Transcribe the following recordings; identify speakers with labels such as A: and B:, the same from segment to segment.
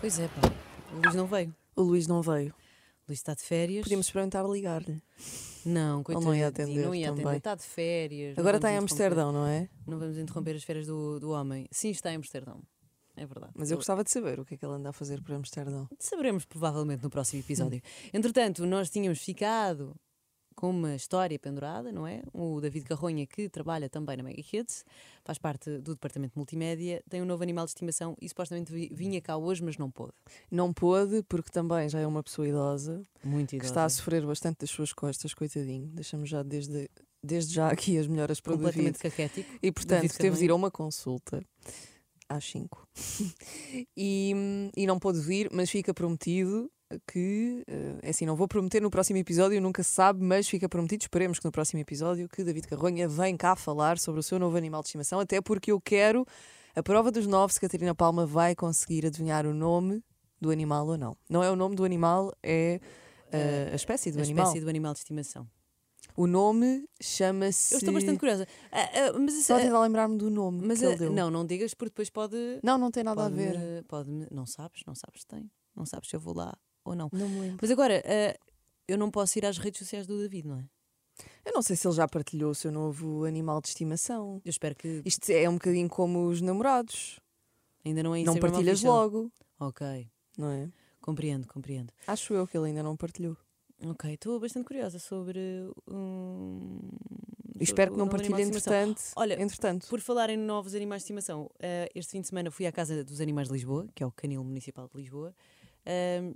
A: Pois é, pá. O Luís não veio.
B: O Luís não veio.
A: O Luís está de férias.
B: Podíamos experimentar ligar-lhe.
A: Não, coitadinho.
B: ia atender
A: Não ia atender.
B: também.
A: Está de férias. não
B: Agora
A: vamos
B: está em
A: interromper-
B: Amsterdão, não é?
A: Não vamos interromper as férias do, do homem. Sim, está em Amsterdão. É verdade.
B: Mas eu gostava de saber o que é que ele anda a fazer por Amsterdão.
A: Saberemos provavelmente no próximo episódio. Entretanto, nós tínhamos ficado com uma história pendurada, não é? O David Carronha, que trabalha também na Mega Kids, faz parte do departamento de multimédia, tem um novo animal de estimação e supostamente vi- vinha cá hoje, mas não pôde.
B: Não pôde, porque também já é uma pessoa idosa,
A: Muito
B: que
A: idosa.
B: está a sofrer bastante das suas costas, coitadinho. Deixamos já desde, desde já aqui as melhoras para o David.
A: completamente caquético.
B: E portanto,
A: David
B: teve de
A: Carvalho.
B: ir a uma consulta às 5 e, e não pôde vir, mas fica prometido que eh, é assim, não vou prometer no próximo episódio, nunca se sabe, mas fica prometido, esperemos que no próximo episódio que David Carronha vem cá falar sobre o seu novo animal de estimação, até porque eu quero a prova dos nove se Catarina Palma vai conseguir adivinhar o nome do animal ou não. Não é o nome do animal, é eh, a espécie do
A: a
B: animal.
A: espécie do animal de estimação.
B: O nome chama-se.
A: Eu estou bastante curiosa. Ah, ah, mas
B: Só
A: ah,
B: a tentar lembrar-me do nome.
A: mas
B: que ele
A: ah,
B: deu.
A: não, não digas porque depois pode.
B: Não, não tem nada a
A: pode
B: ver.
A: Pode não sabes, não sabes se tem. Não sabes se eu vou lá ou não.
B: Não me lembro.
A: Mas agora, eh, eu não posso ir às redes sociais do David, não é?
B: Eu não sei se ele já partilhou o seu novo animal de estimação.
A: Eu espero que
B: Isto é um bocadinho como os namorados.
A: ainda não é
B: não
A: Instagram
B: partilhas
A: official.
B: logo,
A: Ok,
B: não é?
A: compreendo, compreendo.
B: Acho eu que ele ainda não partilhou.
A: Ok, estou bastante curiosa sobre um...
B: E espero que não partilhe,
A: partilhem
B: entretanto.
A: Olha,
B: entretanto.
A: Por falar em novos animais de estimação, eh, este fim de semana fui à Casa dos Animais de Lisboa, que é o Canil Municipal de Lisboa, ehm,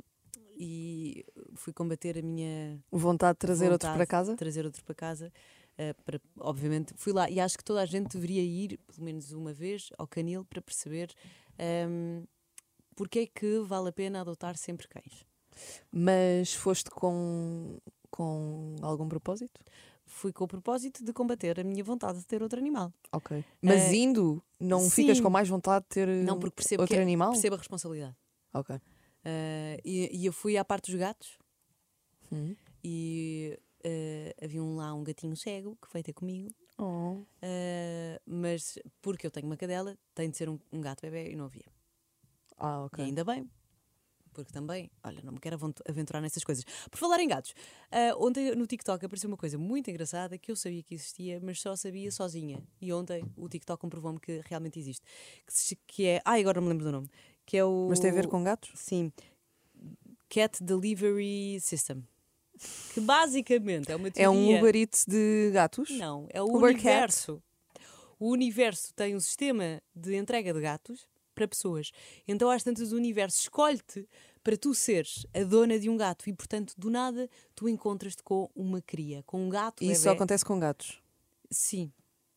A: e fui combater a minha
B: Vontade de trazer outro
A: vontade
B: para casa?
A: trazer outro para casa. eh, para- obviamente, fui lá e acho que toda a gente deveria ir, pelo menos uma vez, ao canil para perceber ehm, porque é que vale a pena adotar sempre cães.
B: Mas foste com, com algum propósito?
A: Fui com o propósito de combater a minha vontade de ter outro animal.
B: Ok. Mas
A: Eh,
B: indo, não ficas
A: sim.
B: com mais vontade de ter
A: Não, porque percebo,
B: outro
A: que é-
B: animal?
A: percebo a responsabilidade.
B: Ok.
A: Eh, e, e eu fui à parte dos gatos
B: Hum.
A: e eh, havia um lá um gatinho cego que veio ter comigo.
B: Oh.
A: eh, mas porque eu tenho uma cadela, tem de ser um, um gato bebê e não havia.
B: Ah, ok.
A: E ainda bem, porque também, olha, não me quero avont- aventurar nessas coisas. Por falar em gatos, ah, ontem no TikTok apareceu uma coisa muito engraçada que eu sabia que existia, mas só sabia sozinha. E ontem o TikTok comprovou-me que realmente existe. Que, se- que é. Ai, agora não me lembro do nome. Que é o.
B: Mas tem a ver com gatos?
A: Sim. Cat Delivery System. Que basicamente é uma teoria.
B: É um Uber Eats de gatos?
A: Não, é o
B: Uber Cat?
A: universo. O universo tem um sistema de entrega de gatos para pessoas. Então, às tantas, o universo escolhe-te para tu seres a dona de um gato e, portanto, do nada, tu encontras-te com uma cria, com um gato
B: E
A: bebê.
B: isso só acontece com gatos.
A: Sim,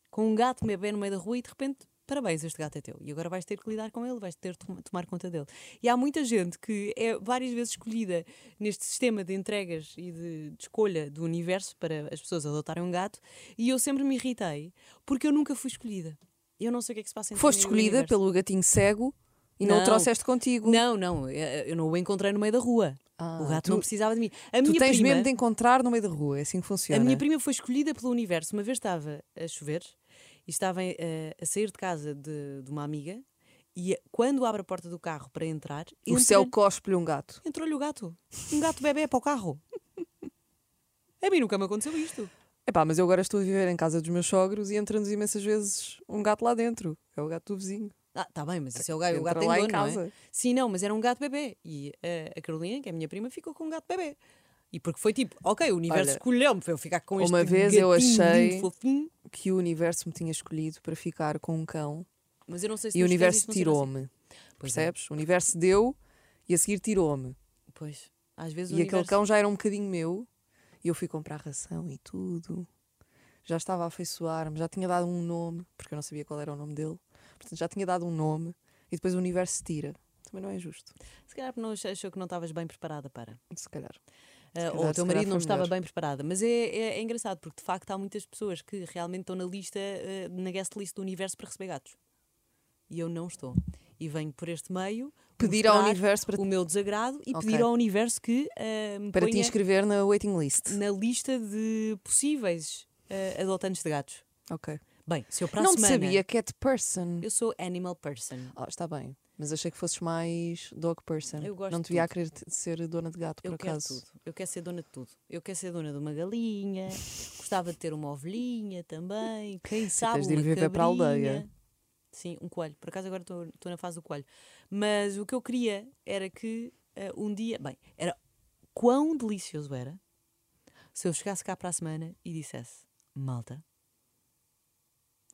A: com um gato bebê no meio da rua e, de repente, parabéns, este gato é teu. E agora vais ter que lidar com ele, vais ter de tom- tomar conta dele. E há muita gente que é várias vezes escolhida neste sistema de entregas e de, de escolha do universo para as pessoas adotarem um gato e eu sempre me irritei porque eu nunca fui escolhida. Eu não sei o que é que se passa entre
B: Foste
A: mim e o
B: escolhida
A: universo.
B: pelo gatinho cego e não, o
A: Não.
B: trouxeste contigo.
A: Não, não, eh, eu não o encontrei no meio da rua.
B: Ah,
A: o gato
B: tu-
A: não precisava de mim. A
B: Tu
A: minha
B: tens
A: prima,
B: mesmo de encontrar no meio da rua, é assim que
A: A
B: funciona.
A: minha prima foi escolhida pelo universo. Uma vez estava a chover e estava eh, a sair de casa de, de uma amiga e eh, quando abre a porta do carro para entrar,
B: O
A: entra-
B: céu cospe-lhe um gato.
A: entrou-lhe o gato. Um gato bebê para o carro. A mim nunca me aconteceu isto.
B: Epá, mas eu agora estou a viver em casa dos meus sogros e entra-nos imensas vezes um gato lá dentro. É o gato do vizinho.
A: Ah, tá bem, mas isso é o gato,
B: Entra
A: o gato tem
B: lá em
A: dono, não é?
B: casa.
A: Sim, não, mas era um gato bebê. E eh, a Carolina, que é a minha prima, ficou com um gato bebê. E porque foi tipo, ok, o universo
B: Olha,
A: escolheu-me para eu ficar com este
B: uma vez eu
A: gatinho lindo,
B: achei-
A: fofinho,
B: Que o universo me tinha escolhido para ficar com um cão
A: mas eu não sei se
B: e o
A: nos cães
B: universo
A: isso funciona assim.
B: tirou-me.
A: Pois é,
B: Percebes? O universo deu e a seguir tirou-me.
A: Pois, às vezes o
B: E aquele
A: universo...
B: cão já era um bocadinho meu e eu fui comprar ração e tudo. Já estava a afeiçoar-me, já tinha dado um nome, porque eu não sabia qual era o nome dele. Portanto, já tinha dado um nome e depois o universo tira. Também não é justo,
A: Se calhar não ach- achou que não estavas bem preparada para.
B: se calhar.
A: Ah,
B: calhar,
A: ou o
B: se
A: teu
B: calhar
A: marido não
B: foi
A: estava
B: melhor.
A: bem preparada. Mas é, é- é engraçado, porque de facto há muitas pessoas que realmente estão na lista, ah, na guest list do universo para receber gatos. E eu não estou. E venho por este meio
B: Pedir ao
A: mostrar
B: universo para,
A: o meu desagrado e
B: Ok.
A: pedir ao universo que ah, me
B: para te
A: ponha
B: inscrever na waiting list.
A: na lista de possíveis ah, adotantes de gatos.
B: Ok.
A: Bem, se eu para a
B: não te
A: semana
B: sabia cat é person.
A: eu sou animal person.
B: Ah, está bem. Mas achei que fosses mais dog person.
A: Eu gosto
B: não
A: de
B: te via a
A: tudo.
B: querer te- ser dona de gato,
A: Eu
B: por
A: quero
B: acaso.
A: tudo. Eu quero ser dona de tudo. Eu quero ser dona de uma galinha. Gostava de ter uma ovelhinha também. Quem sabe
B: tens de ir
A: uma
B: viver para a aldeia.
A: cabrinha. Sim, um coelho. Por acaso agora estou estou na fase do coelho. Mas o que eu queria era que eh, um dia. Bem, era quão delicioso era se eu chegasse cá para a semana e dissesse: Malta,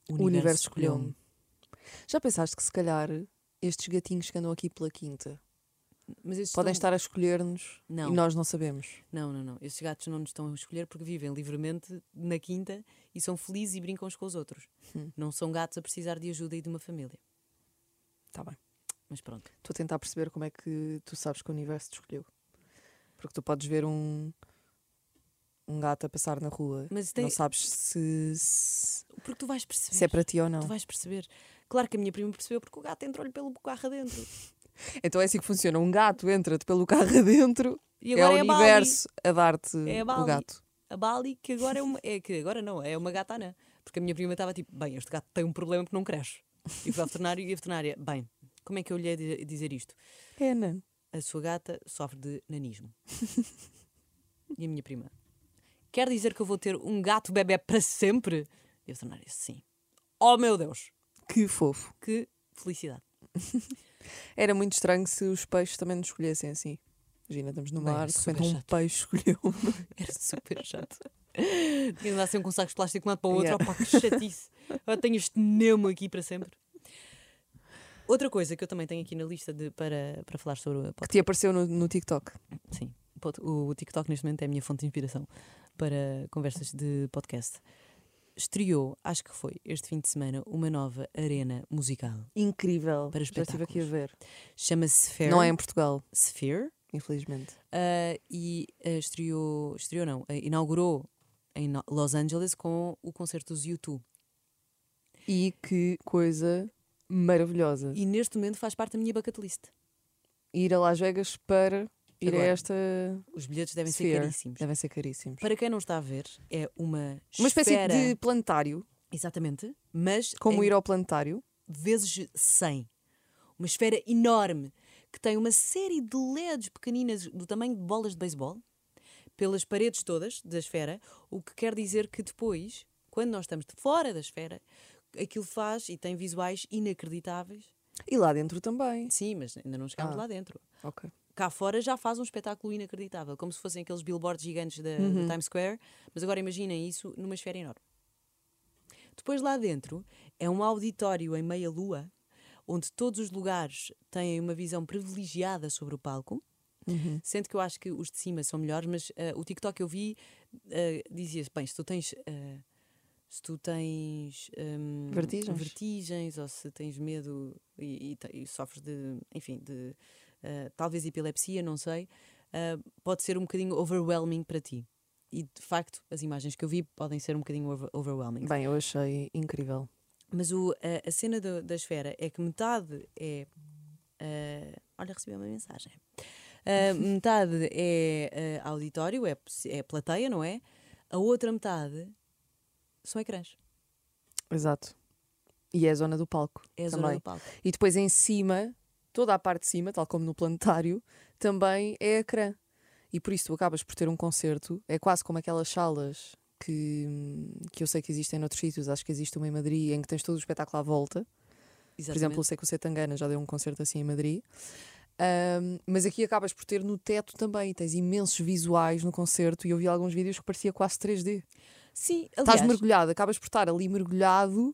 B: O universo escolheu-me. Já pensaste que se calhar estes gatinhos que andam aqui pela quinta
A: Mas estes
B: podem
A: estão-
B: estar a escolher-nos
A: Não.
B: e nós não sabemos?
A: Não, não, não. Estes gatos não nos estão a escolher porque vivem livremente na quinta e são felizes e brincam uns com os outros.
B: Hum.
A: Não são gatos a precisar de ajuda e de uma família. Tá
B: Está bem.
A: Mas pronto.
B: Estou a tentar perceber como é que tu sabes que o universo te escolheu. Porque tu podes ver um, um gato a passar na rua.
A: Mas tem-
B: Não sabes se, se,
A: Porque tu vais perceber.
B: se é para ti ou não.
A: Tu vais perceber. Claro que a minha prima percebeu porque o gato entrou-lhe pelo bocarra dentro.
B: Então é assim que funciona. Um gato entra-te pelo carro adentro.
A: E
B: É o
A: agora é, a Bali.
B: universo a dar-te
A: É a
B: o
A: Bali.
B: gato.
A: A Bali, que agora é uma. É, que agora não, é uma gata anã. Porque a minha prima estava tipo, bem, este gato tem um problema que não cresce. E foi ao veterinário e a veterinária, bem, como é que eu lhe ia di- dizer isto?
B: É, não.
A: a sua gata sofre de nanismo. e a minha prima. Quer dizer que eu vou ter um gato bebê para sempre? E a veterinária, sim. Oh meu Deus,
B: Que fofo.
A: que felicidade.
B: Era muito estranho se os peixes também nos escolhessem assim. Imagina, estamos no
A: Bem,
B: mar,
A: era
B: de repente
A: super
B: um
A: chato.
B: peixe escolheu.
A: Era super chato. Tinha andar sempre com sacos de plástico de um lado para o outro.
B: Yeah.
A: Opa, que chatice. Eu tenho este pneumo aqui para sempre. Outra coisa que eu também tenho aqui na lista de, para, para falar sobre o
B: Que te apareceu no, no TikTok.
A: Sim. Pod- O o TikTok neste momento é a minha fonte de inspiração para conversas de podcast. Estreou, acho que foi este fim de semana, uma nova arena musical.
B: Incrível.
A: Para
B: Já estive aqui a ver.
A: Chama-se Sphere.
B: Não é em Portugal,
A: Sphere.
B: infelizmente.
A: ah, e ah, estreou, estreou não, ah, inaugurou em No- Los Angeles com o concerto dos YouTube.
B: E que coisa maravilhosa.
A: E neste momento faz parte da minha bucket list.
B: Ir a Las Vegas para ir
A: Agora.
B: a esta.
A: Os bilhetes devem ser
B: Sphere.
A: caríssimos.
B: Devem ser caríssimos.
A: Para quem não está a ver, é uma,
B: Uma espécie
A: esfera-
B: de planetário,
A: Exatamente. Mas é
B: como
A: em-
B: ir ao planetário.
A: vezes 100. Uma esfera enorme que tem uma série de LEDs pequeninas do tamanho de bolas de beisebol pelas paredes todas da esfera, o que quer dizer que depois, quando nós estamos de fora da esfera, aquilo faz e tem visuais inacreditáveis.
B: E lá dentro também.
A: Sim, mas ainda não chegámos
B: Ah.
A: lá dentro.
B: Ok.
A: Cá fora já faz um espetáculo inacreditável, como se fossem aqueles billboards gigantes da, da Times Square, mas agora imaginem isso numa esfera enorme. Depois lá dentro é um auditório em meia lua, onde todos os lugares têm uma visão privilegiada sobre o palco.
B: Uhum.
A: Sendo que eu acho que os de cima são melhores, mas ah, o TikTok que eu vi ah, dizia-se: bem, se tu tens. ah, se tu tens hum,
B: Vertigens?
A: vertigens ou se tens medo e, e te- e sofres de, enfim, de ah, talvez epilepsia, não sei, ah, pode ser um bocadinho overwhelming para ti. E de facto, as imagens que eu vi podem ser um bocadinho over- overwhelming.
B: Bem, eu achei incrível.
A: Mas o- a, a cena do- da esfera é que metade é. ah, olha, recebi uma mensagem. Ah, metade é ah, auditório, é, é plateia, não é? A outra metade são ecrãs.
B: Exato. E é a zona do palco.
A: É a
B: também.
A: zona do palco.
B: E depois em cima, toda a parte de cima, tal como no planetário, também é ecrã. E por isso tu acabas por ter um concerto, é quase como aquelas salas que, que eu sei que existem noutros sítios, acho que existe uma em Madrid em que tens todo o espetáculo à volta. Por
A: Exatamente.
B: exemplo, eu sei que o Setangana já deu um concerto assim em Madrid. Ahm, mas aqui acabas por ter no teto também, tens imensos visuais no concerto e eu vi alguns vídeos que parecia quase 3D.
A: Sim,
B: Estás
A: aliás,
B: mergulhado, acabas por estar ali mergulhado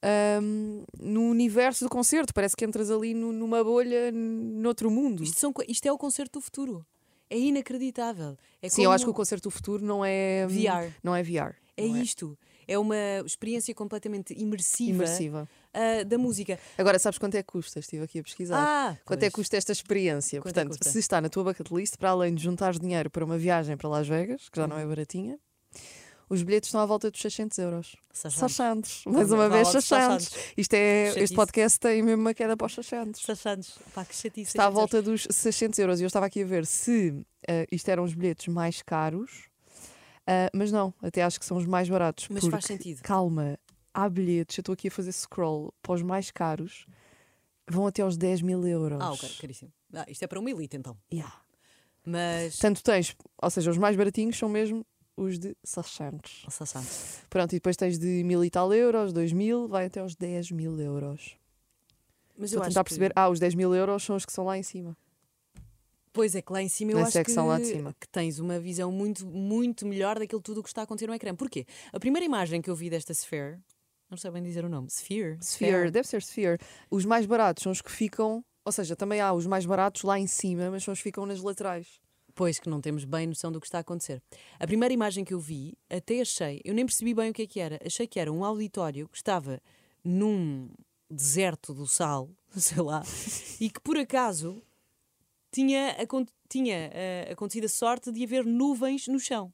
B: ahm, no universo do concerto. Parece que entras ali nu- numa bolha n- noutro mundo.
A: isto, são co- isto é o concerto do futuro. É inacreditável. É
B: Sim, eu acho que o
A: como
B: concerto do futuro não é hum,
A: VR.
B: Não é VR.
A: É
B: não
A: isto. É uma experiência completamente imersiva,
B: Imersiva.
A: ah, da música.
B: Agora sabes quanto é que custa? Estive aqui a pesquisar.
A: Ah,
B: Quanto é que
A: pois.
B: custa esta experiência?
A: Quanto é que
B: Portanto,
A: custa?
B: se está na tua bucket list, para além de juntares dinheiro para uma viagem para Las Vegas, que já
A: Uhum.
B: não é baratinha, os bilhetes estão à volta dos 600 euros.
A: Sachant.
B: Sachantes, mais
A: Vá
B: uma
A: lá
B: vez,
A: dos
B: Sachantes. Isto é,
A: Chatice.
B: este podcast tem mesmo uma queda para os Sachantes.
A: Sachantes. Pá, que chatice.
B: Está à
A: Sachant.
B: volta dos 600 euros. E eu estava aqui a ver se eh, isto eram os bilhetes mais caros, Ah, mas não, até acho que são os mais baratos.
A: Mas
B: porque,
A: faz sentido.
B: Calma, há bilhetes. Eu estou aqui a fazer scroll para os mais caros Vão até aos 10 mil euros.
A: Ah, ok, caríssimo. Ah, isto é para uma elite então.
B: Yeah.
A: Mas.
B: Portanto, tens, ou seja, os mais baratinhos são mesmo os de 600.
A: Nossa, sabe.
B: Pronto, e depois tens de mil e tal euros, 2 mil, vai até aos 10 mil euros.
A: Mas
B: Estou a tentar perceber. Ah, os 10 mil euros são os que são lá em cima.
A: Pois é, que lá em cima eu
B: Na
A: acho
B: secção
A: que,
B: lá de cima.
A: que tens uma visão muito, muito melhor daquilo tudo o que está a acontecer no ecrã. Porquê? A primeira imagem que eu vi desta Sphere, não sei bem dizer o nome, Sphere?
B: Sphere, deve ser Sphere. Os mais baratos são os que ficam. Ou seja, também há os mais baratos lá em cima, mas são os que ficam nas laterais.
A: Pois que não temos bem noção do que está a acontecer. A primeira imagem que eu vi, até achei, eu nem percebi bem o que é que era, achei que era um auditório que estava num deserto do sal, sei lá, e que por acaso tinha, acon- tinha eh, acontecido a sorte de haver nuvens no chão.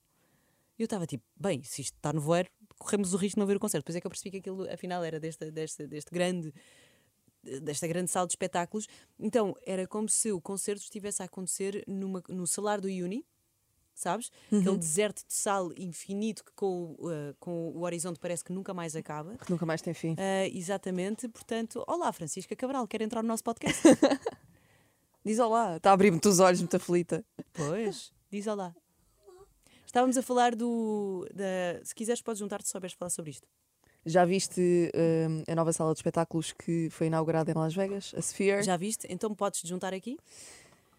A: Eu estava tipo, bem, se isto está no voeiro, corremos o risco de não ver o concerto. Depois é que eu percebi que aquilo, afinal, era desta, desta, deste grande desta grande sala de espetáculos. Então, era como se o concerto estivesse a acontecer numa, no salar do Uni, sabes? Aquele deserto de sal infinito que com, o, eh, com o horizonte parece que nunca mais acaba.
B: Que nunca mais tem fim.
A: Ah, exatamente, portanto, olá Francisca Cabral, quer entrar no nosso podcast?
B: Diz olá, está a abrir-me os olhos, muito aflita.
A: pois, diz olá. Estávamos a falar do. Da, se quiseres, podes juntar-te se souberes falar sobre isto.
B: Já viste hum, a nova sala de espetáculos que foi inaugurada em Las Vegas, a Sphere?
A: Já viste? Então podes te juntar aqui?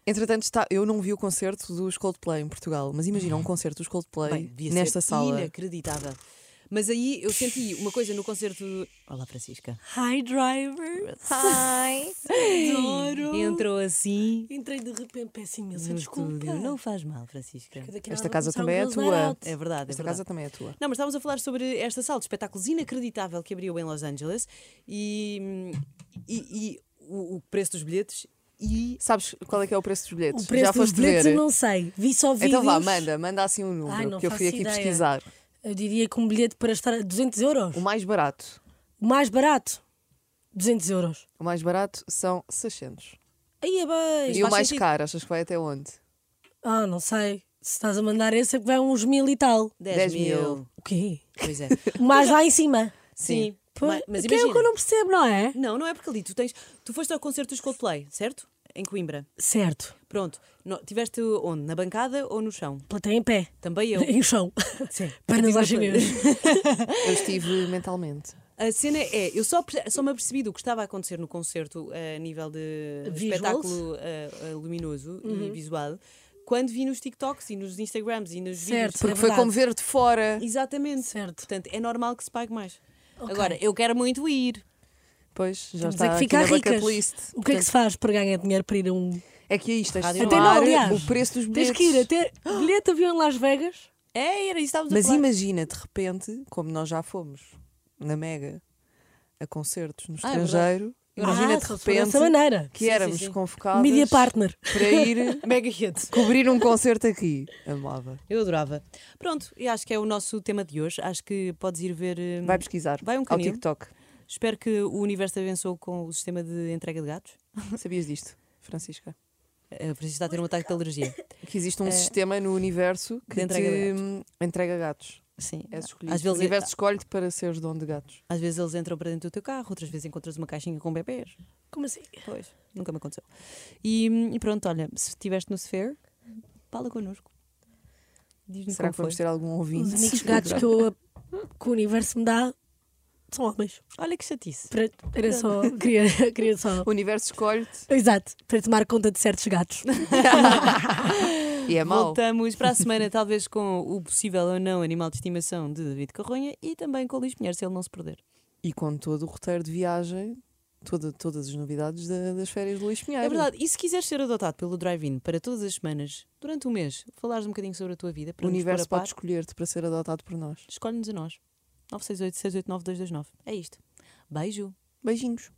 B: Entretanto, está, eu não vi o concerto dos Coldplay em Portugal, mas imagina um concerto dos Coldplay
A: Bem, devia
B: nesta
A: ser
B: sala.
A: Inacreditável. Mas aí eu senti uma coisa no concerto. Olá, Francisca. Hi, driver.
C: Ai, adoro.
A: Entrou assim.
C: Entrei de repente, peço imensa
A: no
C: desculpa.
A: estúdio. Não faz mal, Francisca.
C: Porque daqui a
B: Esta
C: nada
B: casa
C: começar o
B: também é
C: Girls
B: tua.
C: Night Out.
A: É verdade, é
B: Esta
A: verdade.
B: casa também é tua.
A: Não, mas estávamos a falar sobre esta sala de espetáculos inacreditável que abriu em Los Angeles e, e, e o, o preço dos bilhetes e
B: Sabes qual é que é o preço dos bilhetes?
C: O preço
B: Já
C: dos
B: foste
C: bilhetes
B: ver?
C: eu não sei. Vi só vídeos.
B: Então vá, manda, manda assim um
C: Ai,
B: número
C: não
B: que eu fui
C: faço
B: aqui
C: ideia.
B: pesquisar.
C: Eu diria que um bilhete para estar a 200 euros.
B: O mais barato.
C: O mais barato, 200 euros.
B: O mais barato são 600.
C: Aí é bem.
B: e o
A: faz
B: mais
A: sentido.
B: caro, achas que vai até onde?
C: Ah, não sei. Se estás a mandar esse é que vai uns mil e tal.
A: 10,
B: 10
A: mil.
B: mil.
C: O quê?
A: Pois é.
C: O
B: Então
C: mais lá em cima.
A: Sim.
C: Pois,
A: Mas
C: que é o
A: imagina.
C: que eu não percebo, não é?
A: Não, não é porque ali tu tens. Tu foste ao concerto dos Coldplay, certo? Em Coimbra.
C: Certo.
A: Pronto. No, tiveste onde? Na bancada ou no chão?
C: Plateia em pé.
A: Também eu.
C: Em chão.
A: Sim.
C: Pernas
A: Eu
C: aos
A: tive uma
C: chineses.
B: Eu estive mentalmente.
A: A cena é, eu só, perce- só me apercebi do que estava a acontecer no concerto eh, a nível de
C: Visuals?
A: espetáculo eh, eh, luminoso e visual quando vi nos TikToks e nos Instagrams e nos
C: Certo.
A: vídeos.
B: Porque
C: É
B: foi
C: verdade.
B: como ver de fora.
A: Exatamente.
C: Certo.
A: Portanto, é normal que se pague mais.
C: Ok.
A: Agora, eu quero muito ir.
B: Pois, já
C: Vamos dizer
B: está
C: que
B: aqui
C: ficar
B: na
C: ricas.
B: bucket list.
C: O que é que se faz para ganhar dinheiro para ir a um.
B: É que é isto, tens de
A: Rádio
C: Até não,
B: somar
C: aliás.
B: o preço dos bilhetes.
C: Tens que ir até. Bilhete de avião em Las Vegas.
A: É, era isso que estávamos a
B: Mas
A: falar.
B: imagina, de repente, como nós já fomos na Mega a concertos no
A: Ah, é verdade.
B: estrangeiro, imagina
C: Ah,
B: de
C: só se for dessa
B: repente
C: maneira.
B: que
A: Sim, sim,
B: éramos
A: sim.
B: convocados
C: Media partner.
B: para ir
A: Mega hit.
B: cobrir um concerto aqui. Amava.
A: Eu adorava. Pronto, e acho que é o nosso tema de hoje. Acho que podes ir ver. eh,
B: Vai pesquisar
A: Vai um
B: ao
A: bocadinho.
B: TikTok.
A: Espero que o universo te abençoe com o sistema de entrega de gatos.
B: Sabias disto, Francisca?
A: Eh, Preciso estar a ter um ataque de alergia.
B: Que existe um sistema no universo que
A: Eh, de entrega
B: te
A: de
B: hum, entrega gatos.
A: Sim.
B: És escolhido.
A: Às vezes- é-
B: o universo escolhe-te para seres dono de gatos.
A: Às vezes eles entram para dentro do teu carro, outras vezes encontras uma caixinha com bebês.
C: Como assim?
A: Pois, nunca me aconteceu. E, hum, e pronto, olha, se estiveste no Sphere, fala connosco. Diz-nos
B: Será
A: como
B: que vamos
A: foi.
B: ter algum ouvinte?
C: Os únicos gatos que, eu, que o universo me dá são homens.
A: Olha que chatice.
C: Para- Era só. Queria, queria só.
B: O universo escolhe-te
C: Exato, para tomar conta de certos gatos.
B: e é mau.
A: Voltamos para a semana, talvez com o possível ou não animal de estimação de David Carronha e também com o Luís Pinheiro, se ele não se perder.
B: E com todo o roteiro de viagem, toda- todas as novidades da- das férias de Luís Pinheiro.
A: É verdade, e se quiseres ser adotado pelo Drive-In para todas as semanas, durante um mês, falares um bocadinho sobre a tua vida, para
B: O
A: nos pôr
B: universo
A: a par,
B: pode escolher-te para ser adotado por nós.
A: escolhe-nos a nós. 968-689-229. É isto. Beijo.
B: Beijinhos.